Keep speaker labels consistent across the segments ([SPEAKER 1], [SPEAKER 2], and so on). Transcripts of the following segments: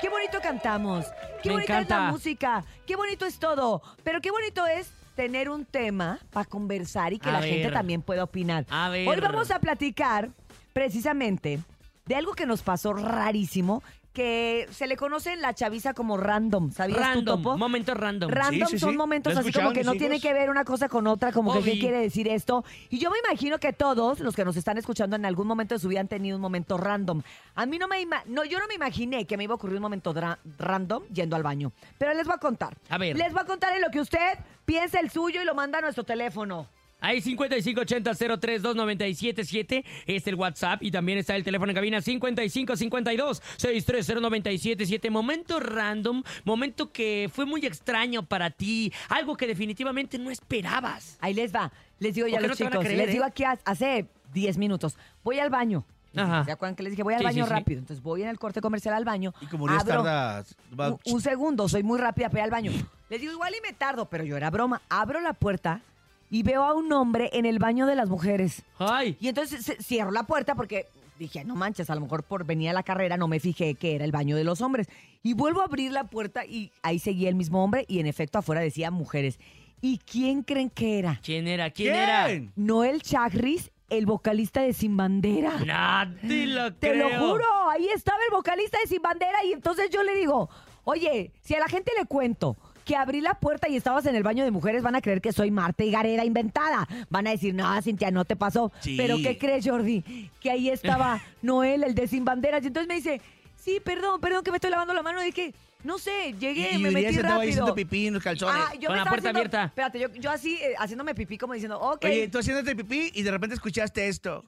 [SPEAKER 1] Qué bonito cantamos, qué
[SPEAKER 2] Me
[SPEAKER 1] bonita es la
[SPEAKER 2] encanta.
[SPEAKER 1] música, qué bonito es todo, pero qué bonito es tener un tema para conversar y que
[SPEAKER 2] A
[SPEAKER 1] la gente
[SPEAKER 2] ver.
[SPEAKER 1] también pueda opinar.
[SPEAKER 2] A ver.
[SPEAKER 1] Hoy vamos a platicar precisamente de algo que nos pasó rarísimo, que se le conoce en la chaviza como random, ¿sabías tú,
[SPEAKER 2] Random,
[SPEAKER 1] Topo?
[SPEAKER 2] momento random.
[SPEAKER 1] Random
[SPEAKER 3] Sí, sí,
[SPEAKER 1] son
[SPEAKER 3] sí.
[SPEAKER 1] momentos
[SPEAKER 3] ¿Lo
[SPEAKER 1] así como
[SPEAKER 3] escucharon,
[SPEAKER 1] que no
[SPEAKER 3] mis
[SPEAKER 1] tiene
[SPEAKER 3] hijos?
[SPEAKER 1] que ver una cosa con otra, como que qué
[SPEAKER 2] Obi.
[SPEAKER 1] quiere decir esto. Y yo me imagino que todos los que nos están escuchando en algún momento de su vida han tenido un momento random. A mí no me ima- no, yo no me imaginé que me iba a ocurrir un momento dra- random yendo al baño. Pero les voy a contar.
[SPEAKER 2] A ver.
[SPEAKER 1] Les voy a contar en lo que usted piensa el suyo y lo manda a nuestro teléfono.
[SPEAKER 2] Hay 5580-032977, este es el WhatsApp y también está el teléfono en cabina 5552-630977. Momento random, momento que fue muy extraño para ti, algo que definitivamente no esperabas.
[SPEAKER 1] Ahí les va. Les digo ya a
[SPEAKER 2] Porque
[SPEAKER 1] los
[SPEAKER 2] no te van a
[SPEAKER 1] chicos.
[SPEAKER 2] creer,
[SPEAKER 1] les
[SPEAKER 2] ¿eh?
[SPEAKER 1] digo aquí ha- hace 10 minutos. Voy al baño.
[SPEAKER 2] Ajá.
[SPEAKER 1] ¿Se acuerdan que les dije? Voy al
[SPEAKER 2] Sí,
[SPEAKER 1] baño
[SPEAKER 2] sí, sí.
[SPEAKER 1] rápido. Entonces voy en el corte comercial al baño.
[SPEAKER 3] Y como no
[SPEAKER 1] abro-
[SPEAKER 3] tardas, va-
[SPEAKER 1] un, un segundo, soy muy rápida para ir al baño. Les digo, igual y me tardo, pero yo era broma. Abro la puerta y veo a un hombre en el baño de las mujeres.
[SPEAKER 2] Ay,
[SPEAKER 1] Y entonces se- cierro la puerta porque dije, no manches, a lo mejor por venir a la carrera no me fijé que era el baño de los hombres. Y vuelvo a abrir la puerta y ahí seguía el mismo hombre y en efecto afuera decía mujeres. ¿Y quién creen que era?
[SPEAKER 2] ¿quién era? ¿Quién, era?
[SPEAKER 3] ¿Quién?
[SPEAKER 1] Noel Chagris, el vocalista de Sin Bandera.
[SPEAKER 2] No te lo
[SPEAKER 1] Te lo
[SPEAKER 2] creo.
[SPEAKER 1] juro, ahí estaba el vocalista de Sin Bandera y entonces yo le digo, oye, si a la gente le cuento que abrí la puerta y estabas en el baño de mujeres, van a creer que soy Marta y Gareda inventada. Van a decir, no, Cintia, no te pasó.
[SPEAKER 3] Sí.
[SPEAKER 1] Pero ¿qué crees, Jordi? Que ahí estaba Noel, el de Sin Banderas. Y entonces me dice, sí, perdón, perdón que me estoy lavando la mano. Y dije, no sé, llegué,
[SPEAKER 3] y
[SPEAKER 1] me
[SPEAKER 3] Uriel
[SPEAKER 1] metí
[SPEAKER 3] se estaba ahí
[SPEAKER 1] rápido.
[SPEAKER 3] haciendo pipí en los calzones.
[SPEAKER 1] Ah, yo
[SPEAKER 2] Con
[SPEAKER 1] me
[SPEAKER 2] la
[SPEAKER 1] estaba
[SPEAKER 2] puerta
[SPEAKER 1] haciendo-
[SPEAKER 2] abierta.
[SPEAKER 1] Espérate, yo, yo así eh, haciéndome pipí como diciendo, ok.
[SPEAKER 3] Oye, tú haciéndote pipí y de repente escuchaste esto.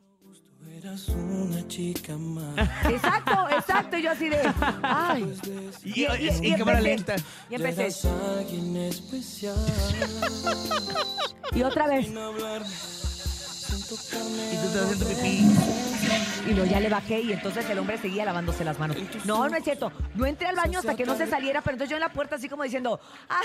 [SPEAKER 4] Eras una chica más.
[SPEAKER 1] Exacto, exacto. Y yo así de, ay.
[SPEAKER 3] Y, y- en cámara lenta.
[SPEAKER 1] Y empecé.
[SPEAKER 4] Eras alguien especial.
[SPEAKER 1] Y otra vez.
[SPEAKER 4] No hablar, sin tocarme.
[SPEAKER 3] Y tú estás haciendo pipí.
[SPEAKER 1] Y luego ya le bajé y entonces el hombre seguía lavándose las manos. No, no es cierto. No entré al baño hasta que no se saliera, pero entonces yo en la puerta así como diciendo, ah,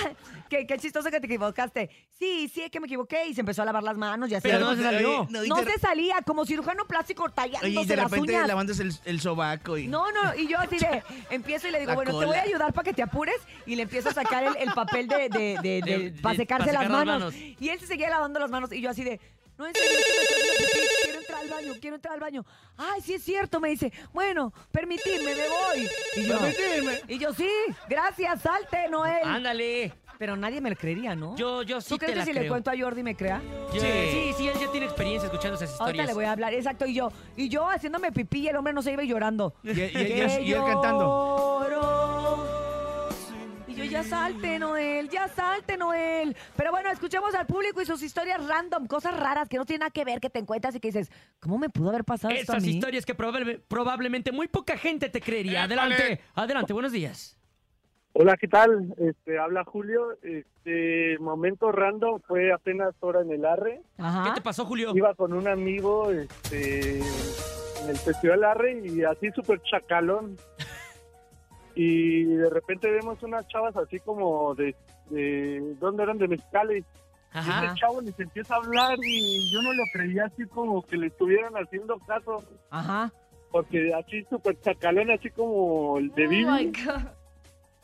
[SPEAKER 1] qué, qué chistoso que te equivocaste. Sí, sí, es que me equivoqué. Y se empezó a lavar las manos y así.
[SPEAKER 2] Pero no
[SPEAKER 1] no,
[SPEAKER 2] se salió.
[SPEAKER 3] Oye, no, y de-
[SPEAKER 1] se salía, como cirujano plástico tallándose
[SPEAKER 3] Oye, y de
[SPEAKER 1] las
[SPEAKER 3] repente
[SPEAKER 1] uñas.
[SPEAKER 3] lavándose el, el sobaco y...
[SPEAKER 1] No, no, y yo así de, empiezo y le digo,
[SPEAKER 3] La
[SPEAKER 1] bueno, te
[SPEAKER 3] cola.
[SPEAKER 1] voy a ayudar para que te apures. Y le empiezo a sacar el, el papel de, de, de,
[SPEAKER 2] De- de-
[SPEAKER 1] para secarse
[SPEAKER 2] pa'
[SPEAKER 1] las
[SPEAKER 2] secar las
[SPEAKER 1] manos.
[SPEAKER 2] manos.
[SPEAKER 1] Y él se seguía lavando las manos. Y yo así de, no, en serio, estoy haciendo pipí, quiero entrar al baño, quiero entrar al baño. Ay, sí es cierto, me dice, bueno, permitidme, me voy. Y yo,
[SPEAKER 3] Permitidme.
[SPEAKER 1] y yo sí, gracias, salte, Noel.
[SPEAKER 2] Ándale.
[SPEAKER 1] Pero nadie me lo creería, ¿no?
[SPEAKER 2] Ah, Yo- yo sí
[SPEAKER 1] ¿Tú crees
[SPEAKER 2] te la
[SPEAKER 1] que si le
[SPEAKER 2] creo.
[SPEAKER 1] cuento a Jordi me crea?
[SPEAKER 2] Sí, sí, sí, él ya tiene experiencia escuchando esas
[SPEAKER 1] Ahorita
[SPEAKER 2] historias.
[SPEAKER 1] le voy a hablar, exacto, y yo, y yo haciéndome pipí y el hombre no se iba y llorando.
[SPEAKER 3] Y, y- y- y-
[SPEAKER 1] Que
[SPEAKER 3] y él cantando.
[SPEAKER 1] lloro. Y yo, ya salte, Noel, ya salte, Noel. Pero bueno, escuchemos al público y sus historias random, cosas raras que no tienen nada que ver, que te encuentras y que dices, ¿cómo me pudo haber pasado esto a
[SPEAKER 2] Esas
[SPEAKER 1] mí?
[SPEAKER 2] historias que probable- probablemente muy poca gente te creería. Adelante, adelante, buenos días.
[SPEAKER 5] Hola, ¿qué tal? Este, habla Julio. Este momento random fue apenas ahora en el Arre.
[SPEAKER 2] ¿Qué
[SPEAKER 1] Ajá.
[SPEAKER 2] te pasó, Julio?
[SPEAKER 5] Iba con un amigo este, en el Festival Arre y así súper chacalón. Y de repente vemos unas chavas así como de, de ¿dónde eran? De Mexicali. Y
[SPEAKER 2] Ajá.
[SPEAKER 5] este chavo les empieza a hablar y yo no lo creía así como que le estuvieran haciendo caso.
[SPEAKER 1] Ajá.
[SPEAKER 5] Porque así súper chacalón, así como el de Vivi.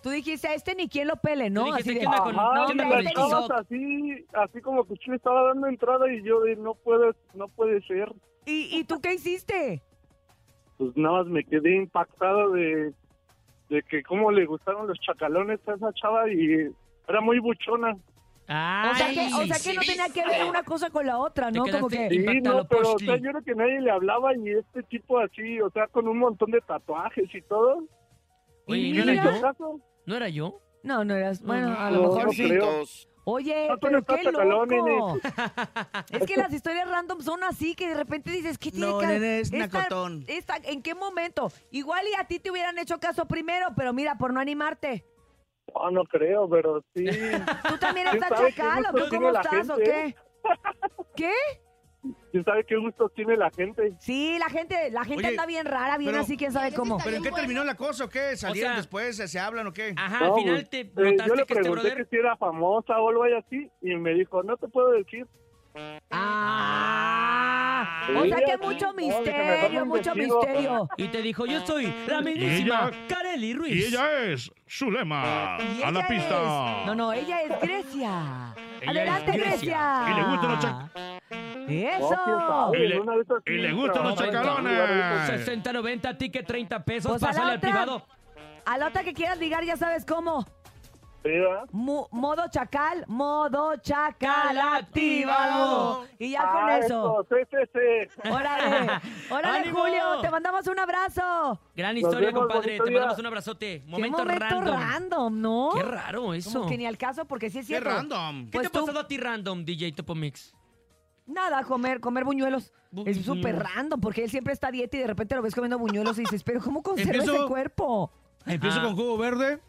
[SPEAKER 1] Tú dijiste, este ni quién lo pele, ¿no?
[SPEAKER 2] Tú dijiste,
[SPEAKER 1] Así de-
[SPEAKER 2] ¿qué onda con-
[SPEAKER 5] Ajá,
[SPEAKER 2] qué onda
[SPEAKER 5] y
[SPEAKER 2] con
[SPEAKER 5] las
[SPEAKER 2] el
[SPEAKER 5] chavas
[SPEAKER 2] Tizoc?
[SPEAKER 5] así, así como que yo le estaba dando entrada y yo de no puedo, no puede ser.
[SPEAKER 1] ¿Y, y tú qué hiciste?
[SPEAKER 5] Pues nada más me quedé impactado de, de que cómo le gustaron los chacalones a esa chava y era muy buchona.
[SPEAKER 1] O sea,
[SPEAKER 2] Ay.
[SPEAKER 1] que, o sea que no tenía que ver una cosa con la otra,
[SPEAKER 2] Te
[SPEAKER 1] ¿no? Como
[SPEAKER 2] quedaste-
[SPEAKER 1] que...
[SPEAKER 5] Sí,
[SPEAKER 2] Impacta
[SPEAKER 5] no,
[SPEAKER 2] lo
[SPEAKER 5] pero o
[SPEAKER 2] postli.
[SPEAKER 5] sea, yo creo que nadie le hablaba y este tipo así, o sea, con un montón de tatuajes y todo.
[SPEAKER 2] Oye,
[SPEAKER 1] y
[SPEAKER 2] ¿no
[SPEAKER 5] ¿En
[SPEAKER 2] era
[SPEAKER 1] mira.
[SPEAKER 5] este
[SPEAKER 2] yo?
[SPEAKER 5] caso?
[SPEAKER 2] ¿No era yo?
[SPEAKER 1] No, no eras... Bueno, a
[SPEAKER 5] No,
[SPEAKER 1] lo mejor
[SPEAKER 5] no
[SPEAKER 1] sí.
[SPEAKER 5] creo.
[SPEAKER 1] Oye,
[SPEAKER 5] No, tú
[SPEAKER 1] pero
[SPEAKER 5] no estás
[SPEAKER 1] qué
[SPEAKER 5] chacalón,
[SPEAKER 1] loco. es que las historias random son así que de repente dices, ¿qué tiene
[SPEAKER 3] No,
[SPEAKER 1] que
[SPEAKER 3] nene, es
[SPEAKER 1] esta-
[SPEAKER 3] nacotón.
[SPEAKER 1] esta- ¿En qué momento? Igual y a ti te hubieran hecho caso primero, pero mira, por no animarte.
[SPEAKER 5] Ah, No, no creo, pero sí.
[SPEAKER 1] Tú también
[SPEAKER 5] ¿Quién
[SPEAKER 1] estás
[SPEAKER 5] sabe qué
[SPEAKER 1] chacal,
[SPEAKER 5] gusto
[SPEAKER 1] ¿o qué?
[SPEAKER 5] tiene
[SPEAKER 1] ¿Cómo
[SPEAKER 5] la
[SPEAKER 1] estás o qué?
[SPEAKER 5] gente? eh?
[SPEAKER 1] ¿Qué?
[SPEAKER 5] ¿Quién sabe qué gustos tiene la gente?
[SPEAKER 1] Sí, la gente, la gente
[SPEAKER 3] Oye,
[SPEAKER 1] anda bien rara, bien
[SPEAKER 3] pero-
[SPEAKER 1] así, quién sabe cómo.
[SPEAKER 3] ¿Pero en qué terminó la cosa o qué? ¿Salieron
[SPEAKER 2] sea-
[SPEAKER 3] después? ¿Se, se hablan o qué?
[SPEAKER 6] ah,
[SPEAKER 2] Ajá,
[SPEAKER 5] No,
[SPEAKER 2] al final
[SPEAKER 5] pues,
[SPEAKER 2] te
[SPEAKER 5] eh, yo
[SPEAKER 2] notaste
[SPEAKER 5] le
[SPEAKER 2] que este
[SPEAKER 5] pregunté
[SPEAKER 2] brother...
[SPEAKER 5] que si era famosa o algo ahí así y me dijo, no te puedo decir.
[SPEAKER 1] Ah, o
[SPEAKER 5] Sí,
[SPEAKER 1] sea que
[SPEAKER 5] aquí,
[SPEAKER 1] mucho
[SPEAKER 5] no, que se me tome
[SPEAKER 1] misterio,
[SPEAKER 5] un
[SPEAKER 1] mucho
[SPEAKER 5] vestido.
[SPEAKER 1] misterio.
[SPEAKER 2] Ah. Y te dijo, yo soy la mismísima
[SPEAKER 6] ella-
[SPEAKER 2] Kareli Ruiz.
[SPEAKER 6] Y ella es Zulema.
[SPEAKER 1] Pues Y
[SPEAKER 6] a
[SPEAKER 1] ella
[SPEAKER 6] la pista.
[SPEAKER 1] es- No, no, ella es Grecia.
[SPEAKER 6] Ella
[SPEAKER 1] Adelante,
[SPEAKER 6] es
[SPEAKER 1] Grecia.
[SPEAKER 6] Grecia. Y le gustan los chac-
[SPEAKER 5] No, quién
[SPEAKER 1] Eso.
[SPEAKER 5] sabe,
[SPEAKER 6] Y le-
[SPEAKER 5] una de esas
[SPEAKER 6] y le
[SPEAKER 5] sí,
[SPEAKER 6] gustan los
[SPEAKER 5] trabajan en
[SPEAKER 6] chacalones.
[SPEAKER 5] algún lugar de esos.
[SPEAKER 2] 60, 90, ticket 30 pesos,
[SPEAKER 1] Pues a la
[SPEAKER 2] pásale al
[SPEAKER 1] otra.
[SPEAKER 2] privado.
[SPEAKER 1] A la otra que quieras ligar, ya sabes cómo.
[SPEAKER 5] Sí, ¿verdad?
[SPEAKER 1] Mu- modo chacal, modo chacal activado.
[SPEAKER 2] activado.
[SPEAKER 1] Y ya
[SPEAKER 5] Ah,
[SPEAKER 1] con eso.
[SPEAKER 5] Sí, sí, sí.
[SPEAKER 1] Órale, órale,
[SPEAKER 2] ¡Ánimo!
[SPEAKER 1] Julio, te mandamos un abrazo.
[SPEAKER 2] Gran
[SPEAKER 5] Nos
[SPEAKER 2] historia,
[SPEAKER 5] vemos,
[SPEAKER 2] compadre.
[SPEAKER 5] bonito
[SPEAKER 2] Te
[SPEAKER 5] día.
[SPEAKER 2] mandamos un abrazote. Momento,
[SPEAKER 1] Qué momento
[SPEAKER 2] random.
[SPEAKER 1] random, ¿no?
[SPEAKER 2] Qué raro eso.
[SPEAKER 1] Como que ni
[SPEAKER 2] ¿Qué
[SPEAKER 1] al caso, porque sí es
[SPEAKER 3] Qué
[SPEAKER 1] cierto.
[SPEAKER 3] random.
[SPEAKER 1] Pues
[SPEAKER 2] te ha
[SPEAKER 1] tú-
[SPEAKER 2] pasado a ti random, DJ Topomix?
[SPEAKER 1] Nada, comer, comer buñuelos.
[SPEAKER 2] Bu-
[SPEAKER 1] Es súper
[SPEAKER 2] buñuelos.
[SPEAKER 1] random, porque él siempre está a dieta y de repente lo ves comiendo buñuelos y dices, pero ¿cómo conserva ese
[SPEAKER 3] Empiezo-
[SPEAKER 1] cuerpo?
[SPEAKER 3] Empiezo
[SPEAKER 2] Ah.
[SPEAKER 3] con jugo verde,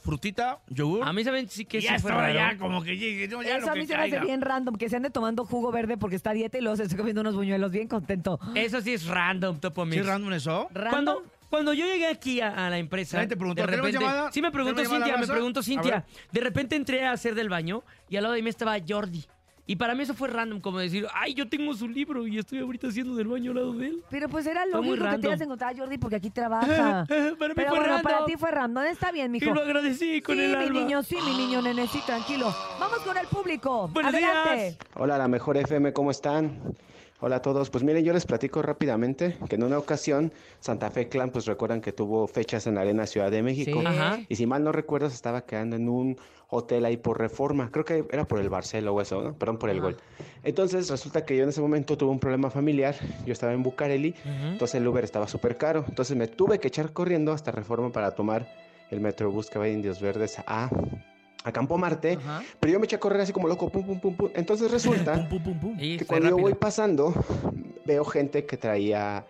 [SPEAKER 3] frutita, yogur.
[SPEAKER 2] A mí saben sí que
[SPEAKER 6] Y ya
[SPEAKER 2] sí fue
[SPEAKER 6] estaba
[SPEAKER 2] raro.
[SPEAKER 6] ya como que llegue. no, ya
[SPEAKER 1] Eso
[SPEAKER 6] lo
[SPEAKER 1] a
[SPEAKER 6] que
[SPEAKER 1] mí se me hace
[SPEAKER 6] caiga.
[SPEAKER 1] bien random, que se ande tomando jugo verde porque está a dieta y luego se está comiendo unos buñuelos bien contento.
[SPEAKER 2] Eso sí es random,
[SPEAKER 3] ¿Sí
[SPEAKER 2] Topomix.
[SPEAKER 3] es random eso?
[SPEAKER 1] Random.
[SPEAKER 2] Cuando, cuando yo llegué aquí a, a la empresa,
[SPEAKER 3] Nadie te preguntó,
[SPEAKER 2] de
[SPEAKER 3] ¿tenemos
[SPEAKER 2] repente,
[SPEAKER 3] llamada?
[SPEAKER 2] sí me preguntó
[SPEAKER 3] ¿Tenemos llamada,
[SPEAKER 2] Cintia, me
[SPEAKER 3] raza?
[SPEAKER 2] preguntó
[SPEAKER 3] A
[SPEAKER 2] Cintia.
[SPEAKER 3] ver.
[SPEAKER 2] De repente entré a hacer del baño y al lado de mí estaba Jordi. Y para mí eso fue random, como decir, ay, yo tengo su libro y estoy ahorita haciendo del baño al lado de él.
[SPEAKER 1] Pero pues era
[SPEAKER 2] Fue
[SPEAKER 1] lógico
[SPEAKER 2] muy
[SPEAKER 1] que te
[SPEAKER 2] random.
[SPEAKER 1] ibas a encontrar a Jordi porque aquí trabaja.
[SPEAKER 2] Eh, para mí
[SPEAKER 1] Pero
[SPEAKER 2] fue
[SPEAKER 1] bueno,
[SPEAKER 2] random.
[SPEAKER 1] para ti fue random. Está bien,
[SPEAKER 2] Y
[SPEAKER 1] mijo.
[SPEAKER 2] lo agradecí con
[SPEAKER 1] sí,
[SPEAKER 2] el alma.
[SPEAKER 1] mi niño, sí, mi niño, nene, sí, tranquilo. Vamos con el público.
[SPEAKER 2] Buenos
[SPEAKER 1] Adelante.
[SPEAKER 2] días.
[SPEAKER 7] Hola, la mejor FM, ¿cómo están? Hola a todos. Pues miren, yo les platico rápidamente que en una ocasión Santa Fe Clan, pues recuerdan que tuvo fechas en Arena Ciudad de México.
[SPEAKER 1] Sí.
[SPEAKER 2] Ajá.
[SPEAKER 7] Y si mal no recuerdo, se estaba quedando en un hotel ahí por Reforma. Creo que era por el Barcelo o eso, ¿no? Perdón por el
[SPEAKER 2] Ajá.
[SPEAKER 7] gol. Entonces, resulta que yo en ese momento tuve un problema familiar. Yo estaba en Bucareli, entonces el Uber estaba súper caro. Entonces me tuve que echar corriendo hasta Reforma para tomar el Metrobús que va de Indios Verdes a, a Campo Marte. Pero yo me eché a correr así como loco, pum, pum, pum, pum. Entonces resulta
[SPEAKER 3] Pum, pum, pum.
[SPEAKER 2] Y
[SPEAKER 7] que
[SPEAKER 2] fue
[SPEAKER 7] cuando yo
[SPEAKER 2] rápido.
[SPEAKER 7] voy pasando, veo gente que traía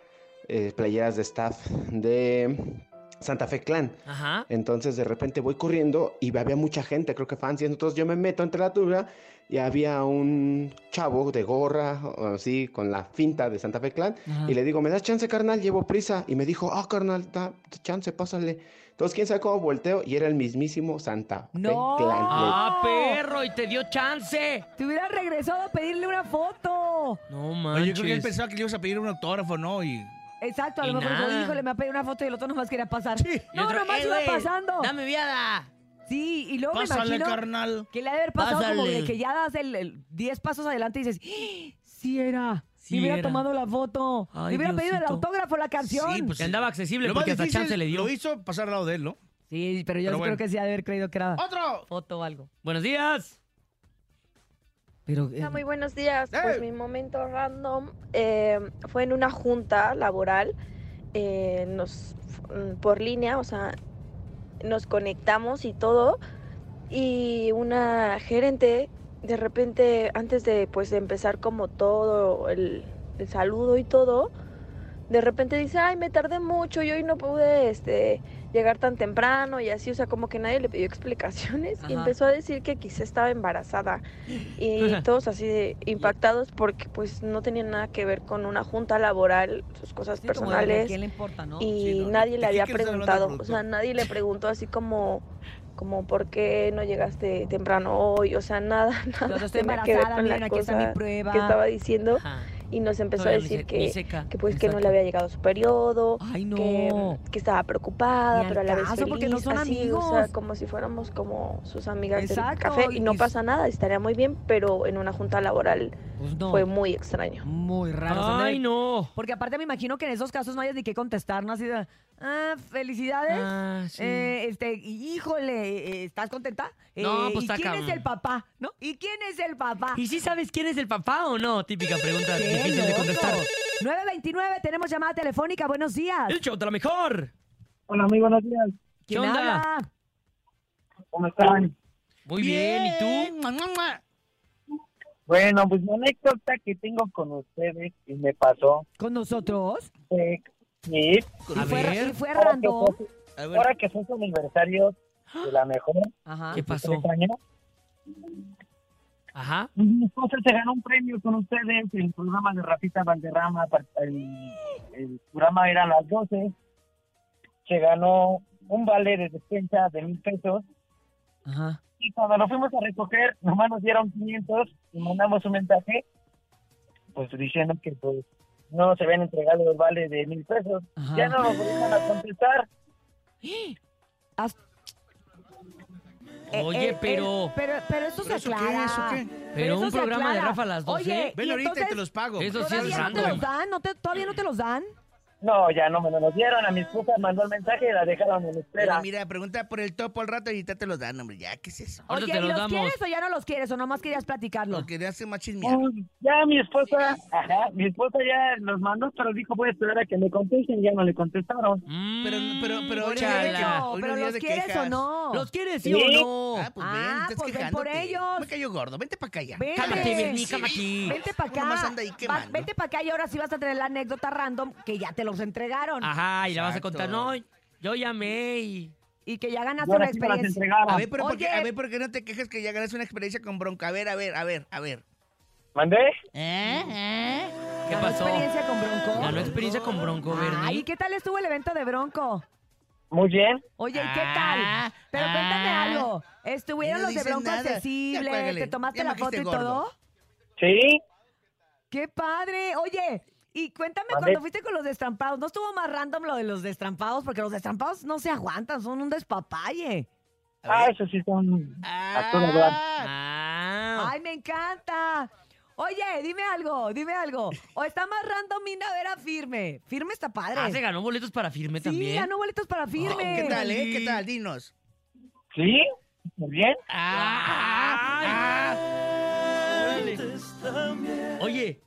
[SPEAKER 7] eh, playeras de staff de Santa Fe Clan.
[SPEAKER 2] Ajá.
[SPEAKER 7] Entonces de repente voy corriendo y había mucha gente, creo que fans, y entonces yo me meto entre la turba y había un chavo de gorra, o así, con la finta de Santa Fe Clan,
[SPEAKER 2] Ah.
[SPEAKER 7] y le digo, ¿me das chance, carnal? Llevo prisa. Y me dijo, ah, carnal, da chance, pásale. Entonces, quién sabe cómo volteo, y era el mismísimo Santa Fe
[SPEAKER 1] No.
[SPEAKER 7] Clan. Le-
[SPEAKER 2] Ah, perro, y te dio chance.
[SPEAKER 1] Te hubieras regresado a pedirle una foto.
[SPEAKER 2] No
[SPEAKER 3] Oye, yo creo que él
[SPEAKER 2] manches.
[SPEAKER 3] pensaba que le ibas a pedir un autógrafo, ¿no? Y
[SPEAKER 1] Exacto, a
[SPEAKER 2] Y
[SPEAKER 1] lo mejor dijo,
[SPEAKER 2] nada.
[SPEAKER 1] híjole, me va a pedir una foto y el otro nomás quería pasar.
[SPEAKER 2] Y
[SPEAKER 1] No,
[SPEAKER 2] otro,
[SPEAKER 1] nomás
[SPEAKER 2] "Eh,
[SPEAKER 1] iba
[SPEAKER 2] güey,
[SPEAKER 1] pasando.
[SPEAKER 2] Dame viada.
[SPEAKER 1] Sí, y luego me
[SPEAKER 3] pásale,
[SPEAKER 1] imagino
[SPEAKER 3] carnal.
[SPEAKER 1] que le ha de haber pasado como
[SPEAKER 2] Pásale.
[SPEAKER 1] de que ya das el- el 10 pasos adelante y dices, "¡Ah! sí era.
[SPEAKER 2] Sí
[SPEAKER 1] me hubiera
[SPEAKER 2] era.
[SPEAKER 1] tomado la foto.
[SPEAKER 2] Ay,
[SPEAKER 1] me hubiera pedido el
[SPEAKER 2] Diosito.
[SPEAKER 1] autógrafo, la canción.
[SPEAKER 3] Sí, pues
[SPEAKER 2] Que andaba accesible
[SPEAKER 3] Lo más
[SPEAKER 2] porque hasta
[SPEAKER 3] difícil
[SPEAKER 2] chance le dio.
[SPEAKER 3] Lo hizo pasar al lado de él, ¿no?
[SPEAKER 1] Sí, pero yo
[SPEAKER 3] Pero
[SPEAKER 1] sí
[SPEAKER 3] bueno.
[SPEAKER 1] creo que sí ha de haber creído que era
[SPEAKER 3] ¡Otro!
[SPEAKER 1] foto o algo.
[SPEAKER 2] Buenos días.
[SPEAKER 1] Pero eh,
[SPEAKER 8] Hola, muy buenos días.
[SPEAKER 3] ¡Eh!
[SPEAKER 8] Pues mi momento random eh, fue en una junta laboral, eh, nos mm, por línea, o sea, nos conectamos y todo, y una gerente de repente, antes de pues de empezar como todo el, el saludo y todo, de repente dice, ay, me tardé mucho y hoy no pude, este, llegar tan temprano y así, o sea, como que nadie le pidió explicaciones
[SPEAKER 1] Ajá.
[SPEAKER 8] y empezó a decir que quizá estaba embarazada y todos así de impactados porque pues no tenían nada que ver con una junta laboral, sus cosas
[SPEAKER 1] sí, como de a
[SPEAKER 8] personales
[SPEAKER 1] quién le importa, ¿no?
[SPEAKER 8] y
[SPEAKER 3] Sí, no,
[SPEAKER 8] nadie
[SPEAKER 3] ¿de
[SPEAKER 8] le había
[SPEAKER 3] qué quieres hablar de
[SPEAKER 8] preguntado, o sea,
[SPEAKER 3] producto?
[SPEAKER 8] nadie le preguntó así como como por qué no llegaste temprano hoy, o sea, nada,
[SPEAKER 1] Yo
[SPEAKER 8] nada
[SPEAKER 1] estoy
[SPEAKER 8] tenía que ver
[SPEAKER 1] embarazada,
[SPEAKER 8] con
[SPEAKER 1] miren,
[SPEAKER 8] la
[SPEAKER 1] aquí está
[SPEAKER 8] cosa
[SPEAKER 1] mi prueba.
[SPEAKER 8] que estaba diciendo
[SPEAKER 2] Ajá.
[SPEAKER 8] y nos empezó
[SPEAKER 2] Todavía
[SPEAKER 8] a
[SPEAKER 2] ni
[SPEAKER 8] decir
[SPEAKER 2] se-
[SPEAKER 8] que
[SPEAKER 2] ni seca.
[SPEAKER 8] que pues que no
[SPEAKER 1] Exacto.
[SPEAKER 8] le había llegado su periodo,
[SPEAKER 1] Ay, no.
[SPEAKER 8] que, que estaba preocupada,
[SPEAKER 1] Ni al
[SPEAKER 8] pero a la vez
[SPEAKER 1] caso,
[SPEAKER 8] feliz,
[SPEAKER 1] porque no son
[SPEAKER 8] así, o sea,
[SPEAKER 1] amigos.
[SPEAKER 8] como si fuéramos como sus amigas
[SPEAKER 1] Exacto,
[SPEAKER 8] del café y no
[SPEAKER 1] y-
[SPEAKER 8] pasa nada, estaría muy bien, pero en una junta laboral
[SPEAKER 1] Pues no.
[SPEAKER 8] fue muy extraño.
[SPEAKER 1] Muy raro. o sea,
[SPEAKER 2] Ay,
[SPEAKER 1] no-
[SPEAKER 2] no.
[SPEAKER 1] Porque aparte me imagino que en esos casos no hayas ni qué contestar, ¿no? Así de, ah, felicidades.
[SPEAKER 2] Ah, sí.
[SPEAKER 1] Eh, este, y- híjole, eh, ¿estás contenta?
[SPEAKER 2] No,
[SPEAKER 1] Eh, ¿Y
[SPEAKER 2] pues está
[SPEAKER 1] quién es
[SPEAKER 2] cabrón.
[SPEAKER 1] el papá? ¿No? ¿Y quién es el papá?
[SPEAKER 2] ¿Y si sabes quién es el papá o no? Típica pregunta
[SPEAKER 1] ¡Qué
[SPEAKER 2] difícil de
[SPEAKER 1] loco!
[SPEAKER 2] contestar.
[SPEAKER 1] 929, tenemos llamada telefónica, buenos días.
[SPEAKER 2] El show de la mejor.
[SPEAKER 5] Hola, muy buenos días.
[SPEAKER 2] ¿Qué
[SPEAKER 1] ¿Quién
[SPEAKER 2] onda?
[SPEAKER 1] habla?
[SPEAKER 5] ¿Cómo están?
[SPEAKER 2] Muy bien, ¿y tú?
[SPEAKER 3] Mua, mua, mua.
[SPEAKER 5] Bueno, pues una anécdota que tengo con ustedes y me pasó
[SPEAKER 1] ¿Con nosotros?
[SPEAKER 5] fue sí,
[SPEAKER 2] A
[SPEAKER 1] y, fue,
[SPEAKER 2] ver.
[SPEAKER 1] y fue
[SPEAKER 5] ahora
[SPEAKER 1] random.
[SPEAKER 5] que fue-
[SPEAKER 3] A ver,
[SPEAKER 5] ahora que fue su aniversario de la mejor,
[SPEAKER 1] Ajá.
[SPEAKER 2] ¿Qué pasó?
[SPEAKER 5] tres años,
[SPEAKER 2] Ajá.
[SPEAKER 1] Eh,
[SPEAKER 5] mi esposa se ganó un premio con ustedes en el programa de Rafita Valderrama, pa- el, el programa era a las 12, se ganó un vale de despensa de mil pesos
[SPEAKER 1] Ajá.
[SPEAKER 5] y cuando lo fuimos a recoger, nomás nos dieron 500 y mandamos un mensaje
[SPEAKER 9] pues diciendo que pues no se habían entregado los vales de mil pesos.
[SPEAKER 1] Ajá.
[SPEAKER 9] Ya no nos volvieron a contestar.
[SPEAKER 1] Eh,
[SPEAKER 2] Oye,
[SPEAKER 1] eh, eh,
[SPEAKER 2] pero.
[SPEAKER 1] pero. Pero eso se
[SPEAKER 3] ¿Pero eso qué
[SPEAKER 1] aclara.
[SPEAKER 3] es o qué?
[SPEAKER 1] Pero,
[SPEAKER 2] Pero
[SPEAKER 1] eso
[SPEAKER 2] un
[SPEAKER 1] se
[SPEAKER 2] programa de
[SPEAKER 1] aclara.
[SPEAKER 2] Rafa a las doce.
[SPEAKER 1] Oye,
[SPEAKER 3] Ven
[SPEAKER 1] y
[SPEAKER 3] ahorita y te
[SPEAKER 1] entonces,
[SPEAKER 3] los pago.
[SPEAKER 2] Eso sí es
[SPEAKER 1] ¿Todavía no te
[SPEAKER 2] random.
[SPEAKER 1] los dan? ¿No te- ¿Todavía no te los dan?
[SPEAKER 9] No, ya no me lo dieron. A mi esposa mandó el mensaje y la dejaron en espera.
[SPEAKER 3] Mira, mira, pregunta por el topo al rato y ahorita te los dan, hombre. Ya, ¿qué es eso?
[SPEAKER 2] Ahorita
[SPEAKER 1] Oye,
[SPEAKER 2] te
[SPEAKER 1] ¿y
[SPEAKER 2] los
[SPEAKER 1] los
[SPEAKER 2] damos.
[SPEAKER 1] quieres o ya no los quieres? ¿O nomás querías platicarlo?
[SPEAKER 3] Lo que hace más
[SPEAKER 1] Oh,
[SPEAKER 3] chismear.
[SPEAKER 9] Uy, Ya mi esposa, ajá, mi esposa ya los mandó, pero dijo voy a esperar a que me contesten, ya no le contestaron.
[SPEAKER 1] eh,
[SPEAKER 3] Pero- pero- pero
[SPEAKER 2] Mm,
[SPEAKER 1] Pero,
[SPEAKER 3] hoy no Chala.
[SPEAKER 2] chala.
[SPEAKER 3] Hoy no
[SPEAKER 1] ¿Pero
[SPEAKER 3] es día
[SPEAKER 1] los
[SPEAKER 3] de
[SPEAKER 1] quieres o
[SPEAKER 3] quejas.
[SPEAKER 1] no?
[SPEAKER 2] ¿Los quieres sí o
[SPEAKER 9] Sí.
[SPEAKER 2] no?
[SPEAKER 3] Ah, pues
[SPEAKER 1] Ah,
[SPEAKER 3] ven, estás
[SPEAKER 1] pues ven
[SPEAKER 3] quejándote.
[SPEAKER 1] por ellos.
[SPEAKER 3] Me cayó gordo, vente para acá ya.
[SPEAKER 1] Vente.
[SPEAKER 2] Cámate, Berni,
[SPEAKER 1] Sí.
[SPEAKER 2] cámate.
[SPEAKER 1] Vente para
[SPEAKER 3] Uno
[SPEAKER 1] acá.
[SPEAKER 3] más anda ahí
[SPEAKER 1] Va-
[SPEAKER 3] quemando.
[SPEAKER 1] vente para acá y ahora sí vas a tener la anécdota random que ya te los entregaron
[SPEAKER 2] Ajá, y la vas a contar. No,
[SPEAKER 3] Exacto.
[SPEAKER 2] yo llamé y.
[SPEAKER 1] y que ya
[SPEAKER 3] Ah,
[SPEAKER 1] ganaste
[SPEAKER 9] Ahora
[SPEAKER 1] una
[SPEAKER 9] sí me las
[SPEAKER 1] experiencia.
[SPEAKER 9] entregaron.
[SPEAKER 3] A ver, pero ¿por qué,
[SPEAKER 1] Oye.
[SPEAKER 3] a ver, ¿por qué no te quejas que ya ganas una experiencia con bronca? A ver, a ver, a ver, a ver.
[SPEAKER 9] ¿Mandé?
[SPEAKER 2] ¿Qué
[SPEAKER 1] Ganó
[SPEAKER 2] pasó?
[SPEAKER 1] ¿Eh? experiencia con Bronco?
[SPEAKER 2] Ganó experiencia con Bronco,
[SPEAKER 1] Ay,
[SPEAKER 2] Bernie.
[SPEAKER 1] ¿qué tal estuvo el evento de Bronco?
[SPEAKER 9] Muy bien.
[SPEAKER 1] Oye, ¿y qué
[SPEAKER 3] Ah,
[SPEAKER 1] tal? Pero cuéntame algo. ¿Estuvieron
[SPEAKER 3] Ya no
[SPEAKER 1] los de
[SPEAKER 3] dicen
[SPEAKER 1] Bronco
[SPEAKER 3] nada. Ya
[SPEAKER 1] accesibles?
[SPEAKER 3] cuélgale.
[SPEAKER 1] ¿Te tomaste
[SPEAKER 3] Ya me
[SPEAKER 1] la foto y
[SPEAKER 3] dijiste gordo.
[SPEAKER 1] todo?
[SPEAKER 9] Sí.
[SPEAKER 1] ¡Qué padre! Oye, y cuéntame
[SPEAKER 9] Mande.
[SPEAKER 1] cuando fuiste con los destrampados, ¿no estuvo más random lo de los destrampados? Porque los destrampados no se aguantan, son un despapalle.
[SPEAKER 9] Ah, eso sí son a todo dar.
[SPEAKER 2] Ah,
[SPEAKER 1] ¡Ay, me encanta! Oye, dime algo, dime algo. O está más random ir a ver a Firme. Firme está padre.
[SPEAKER 2] ah, se ganó boletos para firme
[SPEAKER 1] sí,
[SPEAKER 2] también.
[SPEAKER 1] ganó boletos para Firme.
[SPEAKER 3] Oh, ¿Qué tal, eh? ¿Qué tal? Dinos.
[SPEAKER 9] ¿Sí? Muy bien.
[SPEAKER 2] Ah, ah. Oye,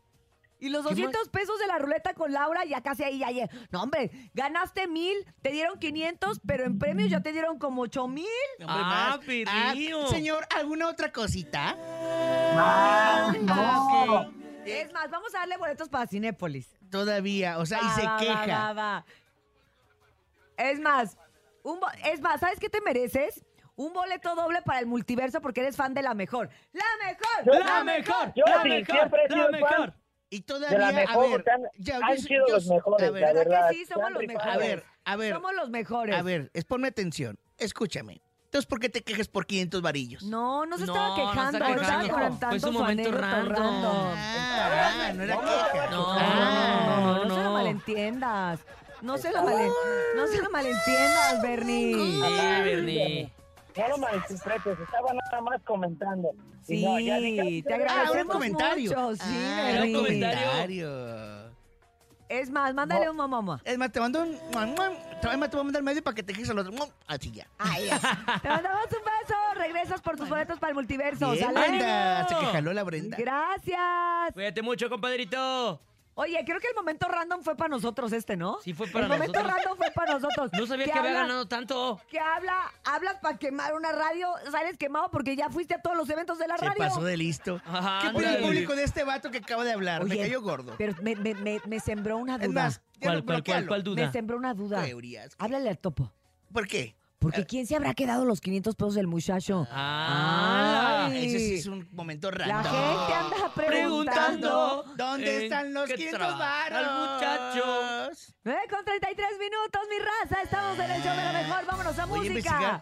[SPEAKER 1] Y los
[SPEAKER 2] ¿Qué
[SPEAKER 1] 200 pesos de la ruleta con Laura ya casi ahí, ya, ya. No, hombre, ganaste mil, te dieron 500, pero en premios ya te dieron como 8 mil.
[SPEAKER 3] Hombre,
[SPEAKER 2] Ah,
[SPEAKER 3] más. Ah,
[SPEAKER 2] perrillo.
[SPEAKER 3] señor, ¿alguna otra cosita?
[SPEAKER 2] ok.
[SPEAKER 1] Es más, vamos a darle boletos para Cinépolis.
[SPEAKER 3] Todavía, o sea,
[SPEAKER 1] Va,
[SPEAKER 3] y se
[SPEAKER 1] Ah, va, va,
[SPEAKER 3] queja.
[SPEAKER 1] va, va. Es más, un bo- es más, ¿sabes qué te mereces? Un boleto doble para el multiverso porque eres fan de la mejor. ¡La mejor!
[SPEAKER 2] la mejor,
[SPEAKER 9] Yo
[SPEAKER 2] la
[SPEAKER 9] sí,
[SPEAKER 2] mejor,
[SPEAKER 9] siempre he
[SPEAKER 2] la
[SPEAKER 9] sido
[SPEAKER 2] mejor.
[SPEAKER 9] fan.
[SPEAKER 3] Y
[SPEAKER 9] De
[SPEAKER 3] todavía,
[SPEAKER 9] la
[SPEAKER 3] a
[SPEAKER 9] mejor,
[SPEAKER 3] ver,
[SPEAKER 9] porque han,
[SPEAKER 3] ya,
[SPEAKER 9] han
[SPEAKER 3] yo-
[SPEAKER 9] sido
[SPEAKER 3] yo-
[SPEAKER 9] los mejores,
[SPEAKER 3] a ver,
[SPEAKER 9] la
[SPEAKER 1] ¿Verdad que
[SPEAKER 9] verdad.
[SPEAKER 1] sí? Somos
[SPEAKER 9] Se han
[SPEAKER 1] los
[SPEAKER 9] rifado.
[SPEAKER 3] a ver, a ver,
[SPEAKER 1] Somos los mejores.
[SPEAKER 3] a ver, es ponme atención, escúchame. Entonces, ¿por qué te quejas por 500 varillos?
[SPEAKER 1] No, no se
[SPEAKER 2] No,
[SPEAKER 1] estaba
[SPEAKER 2] no se
[SPEAKER 1] quejando.
[SPEAKER 2] está
[SPEAKER 1] estaba
[SPEAKER 2] quejando.
[SPEAKER 1] contando
[SPEAKER 2] Fue su
[SPEAKER 1] su
[SPEAKER 2] momento
[SPEAKER 1] anécdota
[SPEAKER 2] random.
[SPEAKER 3] Ah, ah, no era queja.
[SPEAKER 2] No,
[SPEAKER 3] Ah,
[SPEAKER 1] No, no, no, se lo
[SPEAKER 2] no.
[SPEAKER 1] malentiendas. No se lo, male- no se lo malentiendas, Bernie.
[SPEAKER 2] Sí, Bernie.
[SPEAKER 9] No lo malinterpretes, estaba nada más comentando. Y
[SPEAKER 1] Sí,
[SPEAKER 9] no, ya dije,
[SPEAKER 1] te
[SPEAKER 3] Ah,
[SPEAKER 1] agradecemos
[SPEAKER 3] era un comentario.
[SPEAKER 1] mucho. Sí,
[SPEAKER 3] Ah,
[SPEAKER 2] era
[SPEAKER 1] Bernie.
[SPEAKER 2] un comentario.
[SPEAKER 1] Es más, mándale un momomo.
[SPEAKER 3] Es más, te mando un... muam, muam, te- Es más, te voy a mandar el medio para que te quejes al otro. muam, Así ya.
[SPEAKER 1] Ay, te mandamos un beso. Regresas por tus boletos para el multiverso.
[SPEAKER 3] Bien,
[SPEAKER 1] ¿sale?
[SPEAKER 3] Brenda. Se quejaló la Brenda.
[SPEAKER 1] Gracias.
[SPEAKER 2] Cuídate mucho, compadrito.
[SPEAKER 1] Oye, creo que el momento random fue para nosotros este, ¿no?
[SPEAKER 2] Sí, fue para
[SPEAKER 1] El momento
[SPEAKER 2] nosotros.
[SPEAKER 1] random fue para nosotros.
[SPEAKER 2] No sabía que había
[SPEAKER 1] habla-
[SPEAKER 2] ganado tanto.
[SPEAKER 1] Que habla, hablas para quemar una radio, sales quemado porque ya fuiste a todos los eventos de la
[SPEAKER 3] Se
[SPEAKER 1] radio.
[SPEAKER 3] pasó de listo.
[SPEAKER 2] Ajá,
[SPEAKER 3] ¿Qué opina el
[SPEAKER 2] ándale.
[SPEAKER 3] público de este vato que acaba de hablar?
[SPEAKER 1] Oye,
[SPEAKER 3] me cayó gordo.
[SPEAKER 1] Pero me, me- me- me sembró una duda.
[SPEAKER 3] Es más, ya
[SPEAKER 2] ¿Cuál,
[SPEAKER 3] no-
[SPEAKER 2] cuál, cuál,
[SPEAKER 3] bloquéalo.
[SPEAKER 2] cuál duda?
[SPEAKER 1] me sembró una duda.
[SPEAKER 3] Teorías.
[SPEAKER 1] Háblale al topo.
[SPEAKER 3] ¿Por qué?
[SPEAKER 2] Eh.
[SPEAKER 1] Porque ¿quién se habrá quedado los 500 pesos del muchacho?
[SPEAKER 2] Ah,
[SPEAKER 1] Ay.
[SPEAKER 3] Ese sí es un momento
[SPEAKER 1] La
[SPEAKER 3] random.
[SPEAKER 1] gente anda preguntando.
[SPEAKER 2] Preguntando.
[SPEAKER 3] ¿Dónde
[SPEAKER 2] ¿En
[SPEAKER 3] están los
[SPEAKER 2] qué
[SPEAKER 3] 500
[SPEAKER 2] trabaja el
[SPEAKER 3] varos?
[SPEAKER 2] muchacho?
[SPEAKER 1] 9 Eh, con 33 minutos, mi raza. Estamos en el show de la mejor. Vámonos a
[SPEAKER 3] Voy a
[SPEAKER 1] música.
[SPEAKER 3] investigar.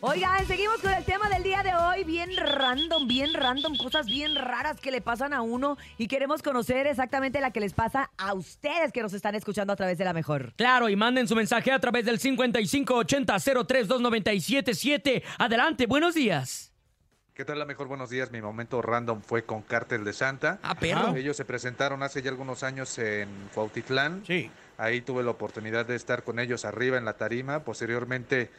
[SPEAKER 1] Oigan, seguimos con el tema del día de hoy. Bien random, bien random. Cosas bien raras que le pasan a uno. Y queremos conocer exactamente la que les pasa a ustedes que nos están escuchando a través de la mejor.
[SPEAKER 2] Claro, y manden su mensaje a través del 5580-032977. Adelante, buenos días.
[SPEAKER 10] ¿Qué tal la mejor? Buenos días. Mi momento random fue con Cártel de Santa.
[SPEAKER 2] Ah, perro.
[SPEAKER 10] Ellos se presentaron hace ya algunos años en Cuautitlán.
[SPEAKER 3] Sí.
[SPEAKER 10] Ahí tuve la oportunidad de estar con ellos arriba en la tarima. Posteriormente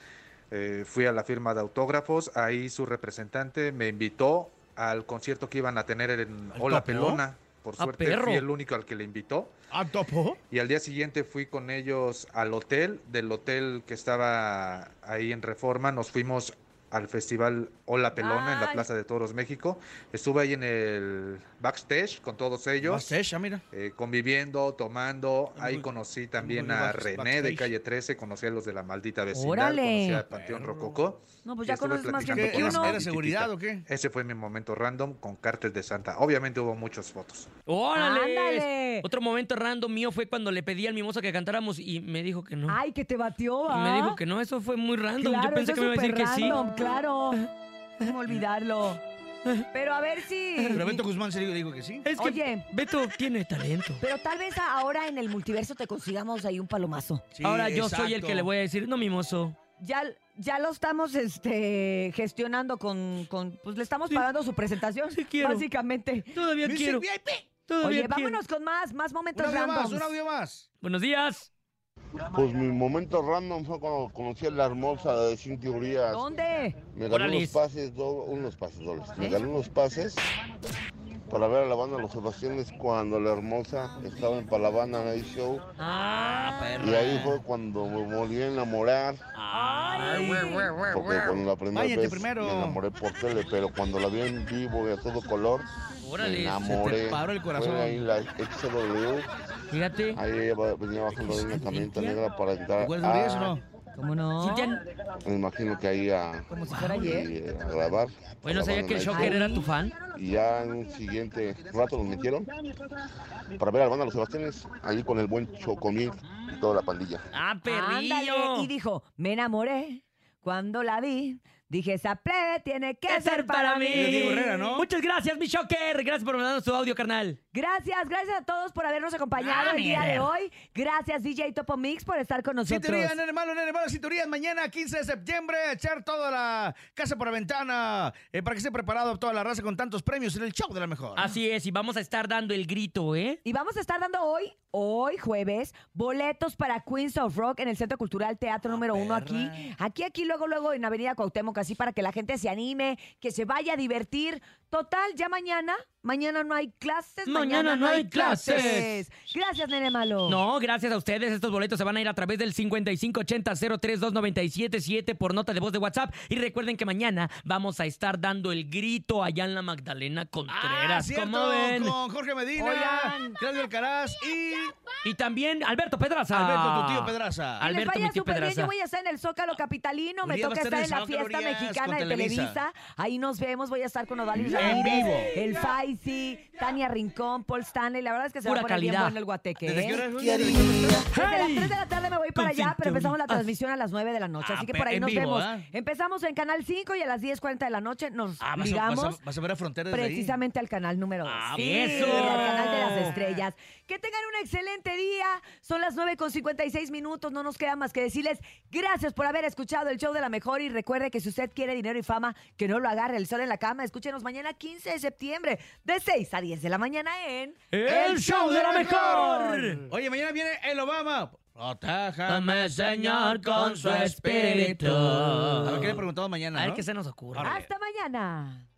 [SPEAKER 10] eh, fui a la firma de autógrafos. Ahí su representante me invitó al concierto que iban a tener en
[SPEAKER 3] ¿Al
[SPEAKER 10] Hola
[SPEAKER 3] topo?
[SPEAKER 10] Pelona. Por
[SPEAKER 2] Ah,
[SPEAKER 10] suerte
[SPEAKER 2] perro.
[SPEAKER 10] fui el único al que le invitó.
[SPEAKER 3] ¿A topo?
[SPEAKER 10] Y al día siguiente fui con ellos al hotel, del hotel que estaba ahí en Reforma, nos fuimos al festival Hola Pelona en
[SPEAKER 1] Ay.
[SPEAKER 10] la Plaza de Toros México. Estuve ahí en el backstage con todos
[SPEAKER 3] Yo.
[SPEAKER 10] ellos,
[SPEAKER 3] mira.
[SPEAKER 10] eh, conviviendo, tomando. Ahí
[SPEAKER 3] Muy-
[SPEAKER 10] conocí también
[SPEAKER 3] muy
[SPEAKER 10] a
[SPEAKER 3] back-
[SPEAKER 10] René de
[SPEAKER 3] backstage.
[SPEAKER 10] Calle 13, conocí a los de la maldita vecindad,
[SPEAKER 1] Órale.
[SPEAKER 10] conocí a Panteón Rococó.
[SPEAKER 1] No, pues ya
[SPEAKER 10] Estuve
[SPEAKER 1] conoces más
[SPEAKER 10] platicando
[SPEAKER 1] gente
[SPEAKER 10] con
[SPEAKER 1] que
[SPEAKER 10] la
[SPEAKER 3] ¿Era,
[SPEAKER 1] uno.
[SPEAKER 10] gente
[SPEAKER 3] era seguridad o qué?
[SPEAKER 10] Ese fue mi momento random con Cártel de Santa. Obviamente hubo muchos fotos.
[SPEAKER 2] ¡Órale!
[SPEAKER 1] Ándale.
[SPEAKER 2] Otro momento random mío fue cuando le pedí al mimoso que cantáramos y me dijo que no.
[SPEAKER 1] Ay, que te batió, ¿ah?
[SPEAKER 2] Y
[SPEAKER 1] ¿va?
[SPEAKER 2] me dijo que no, eso fue muy random.
[SPEAKER 1] Claro,
[SPEAKER 2] Yo pensé
[SPEAKER 1] eso
[SPEAKER 2] que me iba a
[SPEAKER 1] es
[SPEAKER 2] decir
[SPEAKER 1] súper
[SPEAKER 2] que sí.
[SPEAKER 1] random, Claro, cómo olvidarlo. Pero a ver si.
[SPEAKER 3] Pero a Beto Guzmán serio le digo que sí.
[SPEAKER 2] Es que
[SPEAKER 1] Oye.
[SPEAKER 2] Beto tiene talento.
[SPEAKER 1] Pero tal vez a- ahora en el multiverso te consigamos ahí un palomazo.
[SPEAKER 3] Sí,
[SPEAKER 2] Ahora yo soy el
[SPEAKER 3] exacto.
[SPEAKER 2] que le voy a decir, no mimoso.
[SPEAKER 1] Ya, ya lo estamos este, gestionando con, con- Pues le estamos
[SPEAKER 2] Sí.
[SPEAKER 1] pagando su presentación.
[SPEAKER 2] Sí quiero.
[SPEAKER 1] Básicamente.
[SPEAKER 2] Todavía
[SPEAKER 3] Music
[SPEAKER 2] quiero.
[SPEAKER 3] VIP.
[SPEAKER 2] Todavía
[SPEAKER 1] Oye,
[SPEAKER 2] quiero.
[SPEAKER 1] vámonos con más, más
[SPEAKER 3] Un
[SPEAKER 1] momentos
[SPEAKER 3] audio más, un
[SPEAKER 1] random.
[SPEAKER 3] audio más.
[SPEAKER 2] Buenos días.
[SPEAKER 11] Pues mi momento random fue cuando conocí a la hermosa de Cinti Urias.
[SPEAKER 1] ¿Dónde?
[SPEAKER 11] Me ganó
[SPEAKER 2] Órale.
[SPEAKER 11] unos pases, do- unos pases, dólares. Me ganó unos pases para ver a la banda Los Sebastianes cuando la hermosa estaba en Palavana Night Show.
[SPEAKER 2] Ah,
[SPEAKER 11] Y ahí fue cuando me volví a enamorar.
[SPEAKER 1] Ay.
[SPEAKER 11] Porque cuando la primera
[SPEAKER 3] Váyate
[SPEAKER 11] vez
[SPEAKER 3] primero.
[SPEAKER 11] me enamoré por tele, pero cuando la vi en vivo y a todo color, me
[SPEAKER 2] órale.
[SPEAKER 11] enamoré.
[SPEAKER 3] paró el corazón.
[SPEAKER 11] Fue ahí en la XW,
[SPEAKER 2] Fíjate.
[SPEAKER 11] ahí ella va- venía bajando de una camioneta negra para
[SPEAKER 3] ¿Te
[SPEAKER 11] entrar
[SPEAKER 3] acuerdas de eso
[SPEAKER 11] a
[SPEAKER 3] no?
[SPEAKER 1] ¿Cómo no?
[SPEAKER 2] Cintia,
[SPEAKER 11] Me imagino que ahí a,
[SPEAKER 1] Como si fuera ayer.
[SPEAKER 11] y, eh, a grabar.
[SPEAKER 2] Oye, no sabía que el
[SPEAKER 11] show
[SPEAKER 2] Shocker era tu fan.
[SPEAKER 11] Y ya en un siguiente rato nos metieron para ver a la banda Los Sebastianes, ahí con el buen Chocomil y toda la pandilla.
[SPEAKER 2] Ah,
[SPEAKER 1] Ándale. Y
[SPEAKER 2] perrillo.
[SPEAKER 1] dijo, me enamoré cuando la vi. Dije, esa plebe tiene que
[SPEAKER 2] ¿Qué
[SPEAKER 1] ser para mí.
[SPEAKER 3] De Diego Herrera, ¿no?
[SPEAKER 2] Muchas gracias, mi Shocker. Gracias por mandarnos tu audio, carnal.
[SPEAKER 1] Gracias, gracias a todos por habernos acompañado
[SPEAKER 2] Ah,
[SPEAKER 1] el día
[SPEAKER 2] mira.
[SPEAKER 1] de hoy. Gracias, DJ Topo Mix, por estar con
[SPEAKER 3] Sin
[SPEAKER 1] nosotros.
[SPEAKER 3] teoría, nene malo, nene malo, sin teoría, mañana 15 de septiembre, echar toda la casa por la ventana eh, para que esté preparado toda la raza con tantos premios en el show de la mejor.
[SPEAKER 2] Así es, y vamos a estar dando el grito, ¿eh?
[SPEAKER 1] Y vamos a estar dando hoy, hoy jueves, boletos para Queens of Rock en el Centro Cultural Teatro
[SPEAKER 2] Ah,
[SPEAKER 1] número uno aquí. Aquí, aquí, luego, luego en Avenida Cuauhtémoc, así para que la gente se anime, que se vaya a divertir. Total, ya mañana, mañana no hay clases.
[SPEAKER 2] Mañana no hay clases.
[SPEAKER 1] Gracias, nene malo.
[SPEAKER 2] No, gracias a ustedes. Estos boletos se van a ir a través del 5580-032977 por nota de voz de WhatsApp. Y recuerden que mañana vamos a estar dando el grito allá en la Magdalena
[SPEAKER 3] Ah,
[SPEAKER 2] Contreras.
[SPEAKER 3] cierto,
[SPEAKER 2] ¿Cómo ven?
[SPEAKER 3] con Jorge Medina,
[SPEAKER 1] Oigan.
[SPEAKER 3] Claudio Alcaraz y
[SPEAKER 2] Y también Alberto Pedraza.
[SPEAKER 3] Alberto, tu tío Pedraza.
[SPEAKER 1] Que les
[SPEAKER 2] Alberto,
[SPEAKER 1] vaya
[SPEAKER 2] mi tío
[SPEAKER 1] súper bien.
[SPEAKER 2] Pedraza.
[SPEAKER 1] Yo voy a estar en el Zócalo Capitalino.
[SPEAKER 3] Un
[SPEAKER 1] Me
[SPEAKER 3] día va
[SPEAKER 1] toca
[SPEAKER 3] a
[SPEAKER 1] estar
[SPEAKER 3] estar en
[SPEAKER 1] en la
[SPEAKER 3] Salón
[SPEAKER 1] fiesta
[SPEAKER 3] Calorías
[SPEAKER 1] mexicana
[SPEAKER 3] con
[SPEAKER 1] de
[SPEAKER 3] Televisa.
[SPEAKER 1] Televisa. Ahí nos vemos. Voy a estar con Odalis
[SPEAKER 3] En
[SPEAKER 1] Ramírez,
[SPEAKER 3] vivo.
[SPEAKER 1] el Faisy, Tania Rincón, Paul Stanley. La verdad es que se
[SPEAKER 2] Pura
[SPEAKER 1] va a poner bien
[SPEAKER 2] calidad.
[SPEAKER 1] bueno el guateque. ¿eh?
[SPEAKER 3] ¿Qué
[SPEAKER 1] Desde las
[SPEAKER 2] ¡Hey!
[SPEAKER 1] 3 de la tarde me voy para
[SPEAKER 2] Con
[SPEAKER 1] allá, pero empezamos la
[SPEAKER 2] cinturón.
[SPEAKER 1] transmisión a las 9 de la noche.
[SPEAKER 3] Ah,
[SPEAKER 1] Así que
[SPEAKER 3] pe-
[SPEAKER 1] por ahí
[SPEAKER 3] en
[SPEAKER 1] nos
[SPEAKER 3] vivo,
[SPEAKER 1] vemos.
[SPEAKER 3] ¿ah?
[SPEAKER 1] Empezamos en Canal 5 y a las 10.40 de la noche nos
[SPEAKER 3] Ah, vas a, vas, a,
[SPEAKER 1] ligamos
[SPEAKER 3] vas a ver a Frontera desde ahí.
[SPEAKER 1] precisamente al canal número 2.
[SPEAKER 2] Ah,
[SPEAKER 1] sí,
[SPEAKER 2] eso.
[SPEAKER 1] Al canal de las estrellas. Que tengan un excelente día. Son las 9 con 56 minutos. No nos queda más que decirles gracias por haber escuchado el show de la mejor. Y recuerde que si usted quiere dinero y fama, que no lo agarre el sol en la cama. Escúchenos mañana 15 de septiembre de 6 a 10 de la mañana en
[SPEAKER 2] ¡El show de la mejor!
[SPEAKER 3] Oye, mañana viene el Obama. Protéjame,
[SPEAKER 2] Dame, Señor, con su espíritu.
[SPEAKER 3] A ver, ¿qué le preguntamos mañana?
[SPEAKER 2] A ver
[SPEAKER 3] no?
[SPEAKER 2] qué se nos ocurre.
[SPEAKER 1] Hasta mañana.